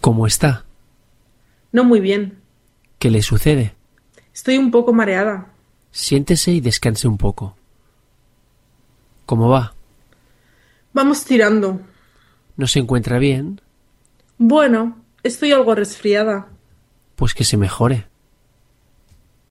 ¿Cómo está? No muy bien. ¿Qué le sucede? Estoy un poco mareada. Siéntese y descanse un poco. ¿Cómo va? Vamos tirando. ¿No se encuentra bien? Bueno, estoy algo resfriada. Pues que se mejore.